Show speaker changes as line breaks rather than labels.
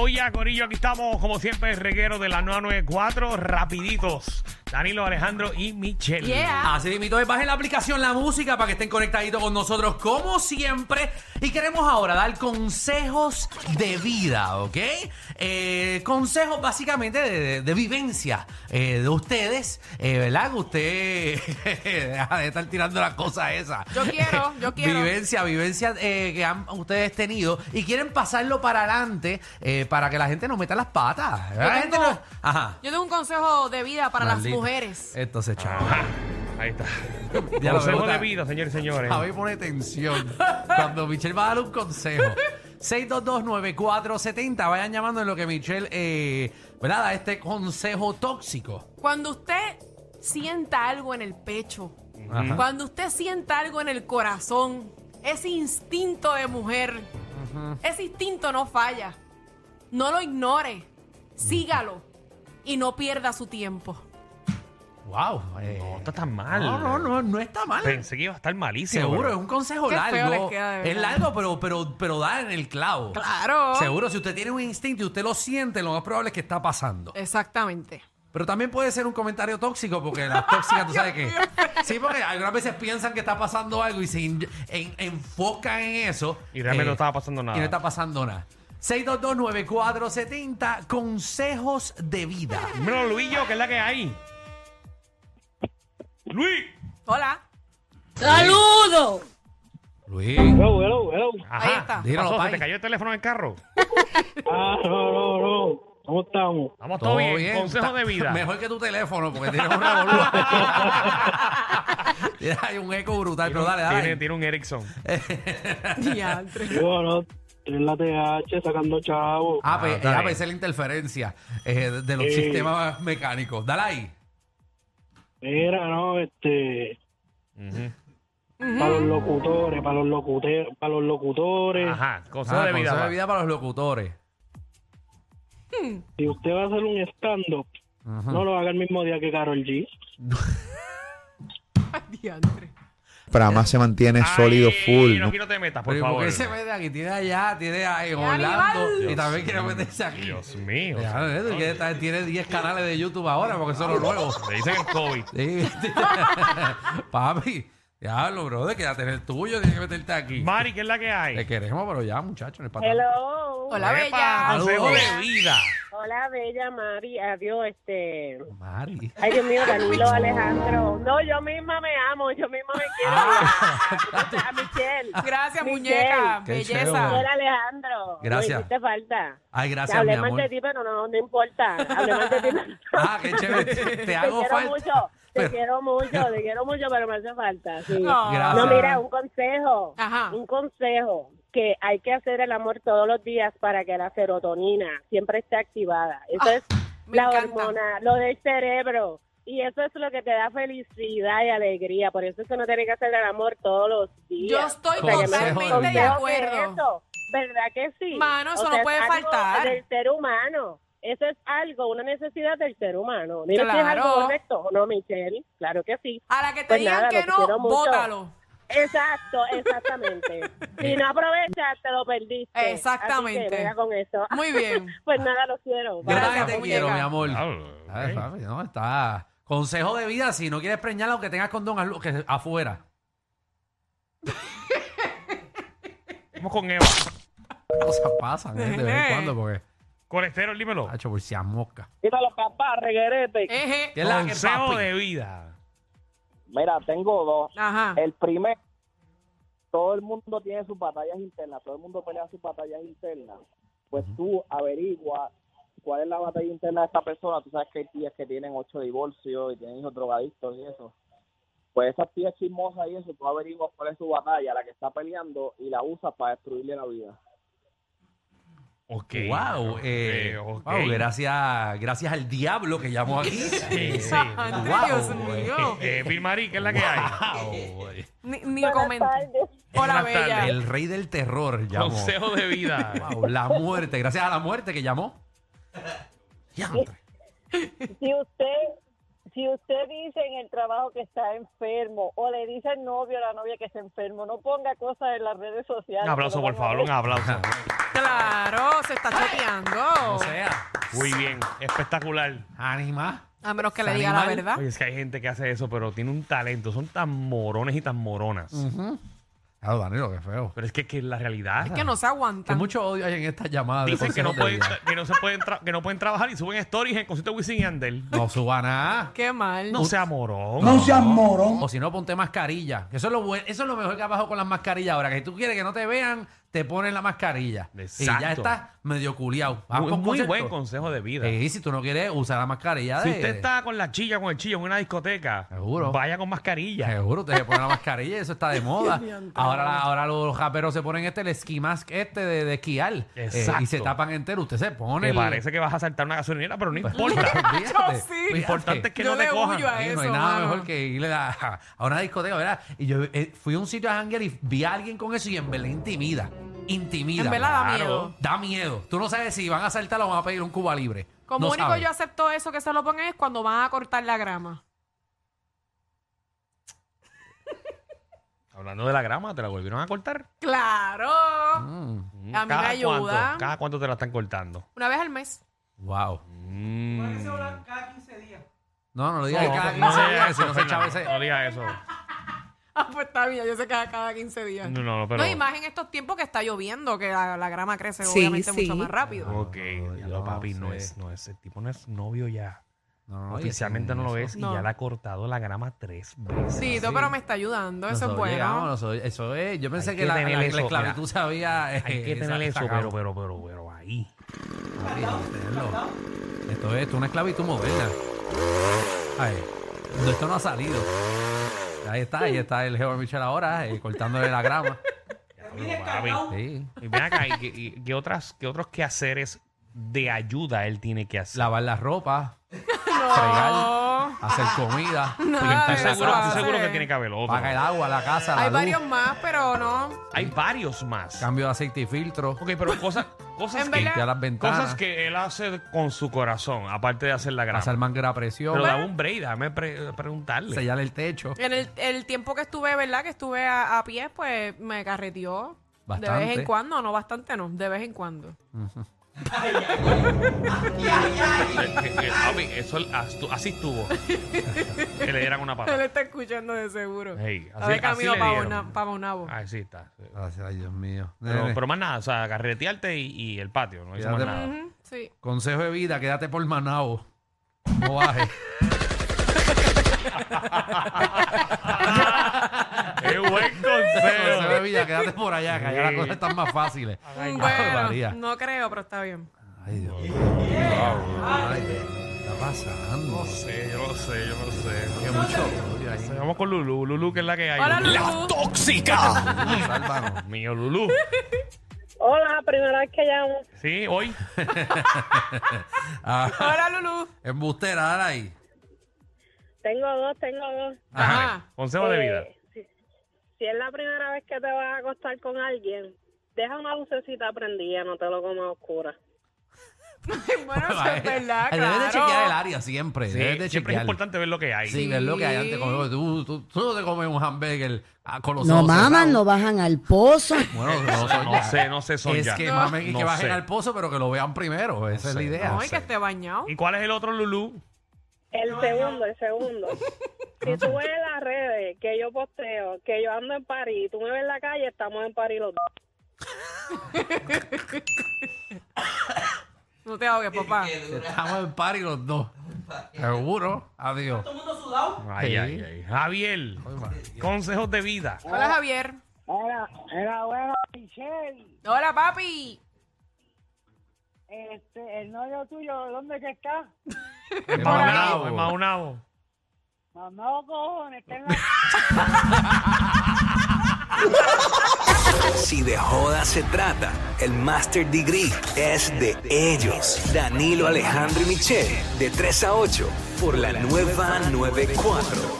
Oye, Corillo, aquí estamos, como siempre, el reguero de la 994, rapiditos. Danilo, Alejandro y Michelle.
Yeah.
Así mismo, es, bajen la aplicación La Música para que estén conectaditos con nosotros como siempre. Y queremos ahora dar consejos de vida, ¿ok? Eh, consejos básicamente de, de- de vivencia eh, de ustedes, eh, ¿verdad? Que usted deja de estar tirando las cosas esas.
Yo quiero, yo quiero.
Vivencia, vivencia eh, que han ustedes tenido y quieren pasarlo para adelante eh, para que la gente nos meta las patas. La gente
tengo-
no- Ajá.
Yo tengo un consejo de vida para las
Maldito.
mujeres.
Entonces, chaval.
Ajá, ahí está.
Ya lo
Ah. Consejo
veo.
de vida, señores y señores.
Javi pone tensión cuando Michelle va a dar un consejo. 6229470, vayan llamando en lo que Michelle, eh, ¿verdad? Da este consejo tóxico.
Cuando usted sienta algo en el pecho,
Ajá.
cuando usted sienta algo en el corazón, ese instinto de mujer, ese instinto no falla. No lo ignore, sígalo y no pierda su tiempo.
Wow. eh,
No, está tan mal.
no, no, no, no está mal.
Pensé que iba a estar malísimo.
Seguro, es
pero-
un consejo
Qué feo
largo.
les queda, de
es
verdad.
largo, pero, pero, pero da en el clavo.
Claro.
Seguro, si usted tiene un instinto y usted lo siente, lo más probable es que está pasando.
Exactamente.
Pero también puede ser un comentario tóxico, porque las tóxicas, tú sabes que. Sí, porque algunas veces piensan que está pasando algo y se in- en- enfocan en eso. eh,
Y realmente no estaba pasando nada.
Y no está pasando nada. 6229470, consejos de vida.
Dímelo, Luillo, que es la que hay. ¡Luis!
Hola.
¡Saludos!
Luis.
Hello, hello, hello.
Ajá,
Ahí está.
¿qué
Dímelo,
pasó? ¿Se
pai.
te cayó el teléfono del carro?
Ah, no, no, no. ¿Cómo estamos?
Vamos, todo, bien. Consejo
Está-
de vida.
Mejor que tu teléfono, porque tiene un revolú. Hay un eco brutal, pero dale, dale.
Tiene, tiene un Ericsson.
Diantre.
Yo, no, en la TH sacando chavo.
Ah, pues,
Ah, está
eh, ah,
bien.
pues, es la interferencia eh, de- de los
Sí.
sistemas mecánicos. Dale ahí.
Mira, no, este.
Ujú.
Para los locutores, para los locutores, para los locutores.
Ajá, consejo
Ah,
de vida.
consejo de
va.
vida para los locutores.
Si usted va a hacer un stand-up,
Ajá.
no lo haga el mismo día que Carol G.
Diantre.
Pero más se mantiene
Ay,
sólido full.
No,
¿no?
aquí no te metas, por
Pero ¿y por
favor.
qué se mete aquí? Tiene allá, tiene a en
¡Qué
Orlando
animal!
y también quiere meterse aquí.
Dios mío.
Ya, ¿eh? Tú quieres estar- tiene 10 canales de YouTube ahora porque son los nuevos.
Le dicen el COVID.
Sí. Papi, diablo, brother, quédate en el tuyo, tienes que meterte aquí.
Mari, ¿qué es la que
Te
hay?
queremos, pero ya, muchachos, no es para tanto.
Hello.
Hola,
Epa,
bella.
Consejo de
Saludos.
vida.
Hola, bella Mari. Adiós, este.
Mari.
Ay, Dios mío, Danilo, Alejandro. No, yo misma me amo, yo misma me quiero.
Ah.
A Michelle.
Gracias,
Michelle.
muñeca.
Qué
Belleza.
chévere.
Hola, Alejandro.
Gracias.
No hiciste falta.
Ay,
Te
gracias, mi
hablé mal
amor.
de ti, pero no, no importa. Hablé mal de ti. pero-
Ah, qué chévere. Te hago
te quiero
falta.
mucho. Te
Pero-
quiero mucho, te quiero mucho, pero me hace falta. sí.
No.
Gracias.
No, mira, un consejo.
Ajá.
Un consejo que hay que hacer el amor todos los días para que la serotonina siempre esté activada. Eso
Ah,
es
me
la
encanta.
hormona, lo del cerebro. Y eso es lo que te da felicidad y alegría. Por eso es que uno tiene que hacer el amor todos los días.
Yo estoy
O sea, que más
Consejo de
totalmente de
vida.
consejo que
acuerdo.
eso. ¿Verdad que sí?
Mano, eso
O
no
sea, es
puede
algo
faltar.
del ser humano. Eso es algo, una necesidad del ser humano. Mira si es
Claro.
algo correcto o no, Michelle. Claro que sí.
A la que te
Pues
digan
nada,
que
los quiero
no,
mucho.
bótalo.
Exacto, exactamente. si no aprovechas, te lo perdiste. Así que
Exactamente.
venga con eso.
Muy bien.
Pues nada, lo quiero. Bye.
Gracias, te
muñeca.
quiero, mi amor.
Claro,
Ay,
ok.
papi, no, está. Consejo de vida, si no quieres preñarla, aunque tengas condón, hazlo que afuera.
Vamos con Eva.
Las cosas pasan ¿eh? de vez en cuando porque,
Colesterol, dímelo.
hacho, por si a mosca.
Mira los papás,
Eh,
reguerete.
Eje.
¿Qué es la que
Consejo
papi?
de vida.
Mira, tengo dos.
Ajá.
El primer, todo el mundo tiene sus batallas internas, todo el mundo pelea sus batallas internas. Pues tú averigua cuál es la batalla interna de esta persona. Tú sabes que hay tías que tienen ocho divorcios y tienen hijos drogadictos y eso. Pues esas tías chismosas y eso, tú averiguas cuál es su batalla, la que está peleando y la usas para destruirle la vida.
Ok.
Wow,
ok,
eh,
ok.
wow, gracias, gracias al diablo que llamó aquí.
Sí, sí.
Santo
Wow,
Dios
eh.
mío.
Eh, Vilmarí, ¿qué es la que hay?
Wow, eh.
Ni, ni
Buenas
comento.
tardes.
Hola,
Buenas
bella.
tardes.
El rey del terror llamó.
Consejo de vida.
Wow, la muerte, gracias a la muerte que llamó. Diantre.
Si usted si usted dice en el trabajo que está enfermo o le dice al novio o la novia que está enfermo, no ponga cosas en las redes sociales.
Un aplauso,
que lo
por
van a
favor, un
ver.
aplauso.
Claro, se está
O
choteando.
sea,
Muy bien, espectacular.
ánima.
A menos que
Ese
le diga la
animal-
verdad.
Oye, es que hay gente que hace eso, pero tiene un talento. Son tan morones y tan moronas.
Claro, Danilo, qué feo.
Pero es que, que la realidad.
Es que no se
Que
aguantan.
mucho odio hay en esta llamada. de
Dicen que no,
consejos de
pueden,
vida.
que, no se pueden tra- que no pueden trabajar y suben stories en el concierto de Wisin y Yandel.
No suba nada.
Qué mal.
No sea morón.
O si no, ponte mascarilla. Que Eso es lo bueno, eso es lo mejor que ha bajado con las mascarillas ahora. Que si tú quieres que no te vean, te ponen la mascarilla. Y ya
Exacto.
estás medio culiado.
Muy- Ah, muy buen consejo de vida.
Y si tú no quieres usar la mascarilla
Si
de-
usted está con la chilla, con el chillo en una discoteca,
eh. Seguro. Eh,
vaya con mascarilla.
Seguro, te ponen la mascarilla, eso está de moda. Ahora, la- ahora los raperos se ponen este, el ski mask este de, de esquiar. Eh,
Exacto.
y se tapan entero. Usted se pone.
Me
el-
parece que vas a saltar una gasolinera, pero no
Pues,
importa.
Olvídate.
Yo sí.
Lo importante es que
Yo
no te
le
cojan.
huyo a
Sí,
eso.
no hay nada
mano.
mejor que irle a, a una discoteca, ¿verdad? Y yo eh, fui a un sitio a janguear y vi a alguien con eso y en verdad intimida. Intimida.
En verdad da
Claro.
miedo.
Da miedo. Tú no sabes si van a saltar o van a pedir un Cuba libre.
Como
No
único
sabes.
yo acepto eso que se lo pongan es cuando van a cortar la grama.
Hablando de la grama, ¿te la volvieron a cortar?
Claro.
Mm,
Mm,
A mí me ayuda.
Cuánto, ¿Cada cuánto te la están cortando?
Una vez al mes.
wow.
Mm.
No, no lo digas.
No,
cada
no
15 días,
digas
si no
eso,
se echaba
Fernando,
ese-
no digas eso.
Ah, pues está bien, yo sé que cada 15 días.
No, no, no, pero-
y más en estos tiempos que está lloviendo, que la, la grama crece obviamente mucho más rápido.
Ok, ya lo,
no
papi, no
sé.
es, no es, el tipo no es novio ya.
No, no,
Oficialmente no lo
eso-
es
No.
y ya le ha cortado la grama tres veces.
Sí,
sí.
pero me está ayudando, eso es
Nosotros
bueno.
llegamos, nosotros- eso es. Yo pensé
Hay
que,
que
la,
tener
la- la
eso,
esclavitud sabía. eh,
Hay que
esa-
tener eso,
esa
pero,
cama.
pero, pero, pero ahí.
Papi, hay que tenerlo. Esto es, esto es una esclavitud moderna. Ay, no, esto no ha salido. Ahí está, ahí está el Geo Michel ahora, eh, cortándole la grama.
Pero, papi,
Sí.
Y ven acá, ¿y qué, y qué otras, qué otros quehaceres de ayuda él tiene que hacer?
Lavar la ropa, fregar, hacer comida,
Estoy
de
pintar la
Ah, seguro,
eso
estoy
hace.
seguro
casa,
que tiene que haber otro.
pagar el agua, la casa, la
Hay
luz,
varios más, pero no.
Hay varios más.
cambio de aceite y filtro,
Ok, pero cosas, cosas,
En
que,
verdad-
limpiar las ventanas,
cosas que él hace con su corazón, aparte de hacer la grama.
hacer manguera a presión,
Pero dame un break, déjame pre- preguntarle.
sellar el techo.
En el, el tiempo que estuve, ¿verdad? Que estuve a, a pie, pues me carreteó. De vez
Bastante.
en cuando, no bastante, no. De vez en cuando.
Eh, eh, eh, papi, eso el- as- tu- así estuvo. que le dieran
Ah.
una
Él
pata.
está escuchando de seguro.
Ey,
a ver,
así- así
camino
le
para
dieron.
Bona- para Bonabo.
Así está.
Ay, Dios mío.
Pero,
Nene,
pero más nada, o sea, carretearte y, y el patio, no hizo más
Fíjate.
nada.
Ujú, sí.
Consejo de vida, quédate por Manao. No bajes.
¡Qué buen
Consejo de
consejo!
vida, quédate por allá, que allá
Sí.
las cosas están más fáciles. María.
Mm, Bueno, no creo, pero está bien.
Ay, Dios mío. Ay, ¿qué está pasando?
no sé, yo no sé, yo no sé.
Qué mucho odio ahí.
Vamos con Lulu, Lulu, que es la que hay.
Hola,
Lulú.
Lulu.
Sálvanos.
Mío, Lulu.
Hola, primera vez que llamo.
Sí, hoy.
Ah,
Hola, Lulu.
embustera, dale ahí.
Tengo dos, tengo dos.
Ajá.
Consejo de
Eh,
vida.
Si, si es la primera vez que te vas a acostar con alguien, deja una lucecita prendida, no te lo comas a oscura.
bueno, eso es verdad,
Ay,
claro.
Debes de chequear el área siempre.
Sí,
debes de
siempre es
chequear.
importante ver lo que hay.
Sí, ver lo que hay antes de comer. Tú, tú, tú no te comes un hamburger ah, con los
No
ojos
maman, no
cerrados.
bajan al pozo.
Bueno, no, soy
No
ya.
sé, no sé, son
Es
ya.
que
No.
mamen y
No
que bajen
sé.
al pozo, pero que lo vean primero. Esa es la
sé,
idea.
Ay, que esté bañado.
¿Y cuál es el otro Lulu?
El segundo, el segundo. Si tú ves en las redes que yo posteo, que yo ando en París, tú me ves en la calle, estamos en París los dos.
No te ahogues, papá.
Estamos en party los dos. Seguro. Adiós.
Ay,
Sí.
ay, ay. Javier, consejos de vida.
Hola, Javier.
Era, era bueno, Michelle.
Hola, papi.
Este, el novio tuyo, ¿dónde que está?
En
Bravo.
Maunabo, en Maunabo.
Mamá, cojones, está en la
Si de joda se trata, el Master Degree es de ellos. Danilo Alejandro y Michelle, de 3 a 8, por la nueva 94.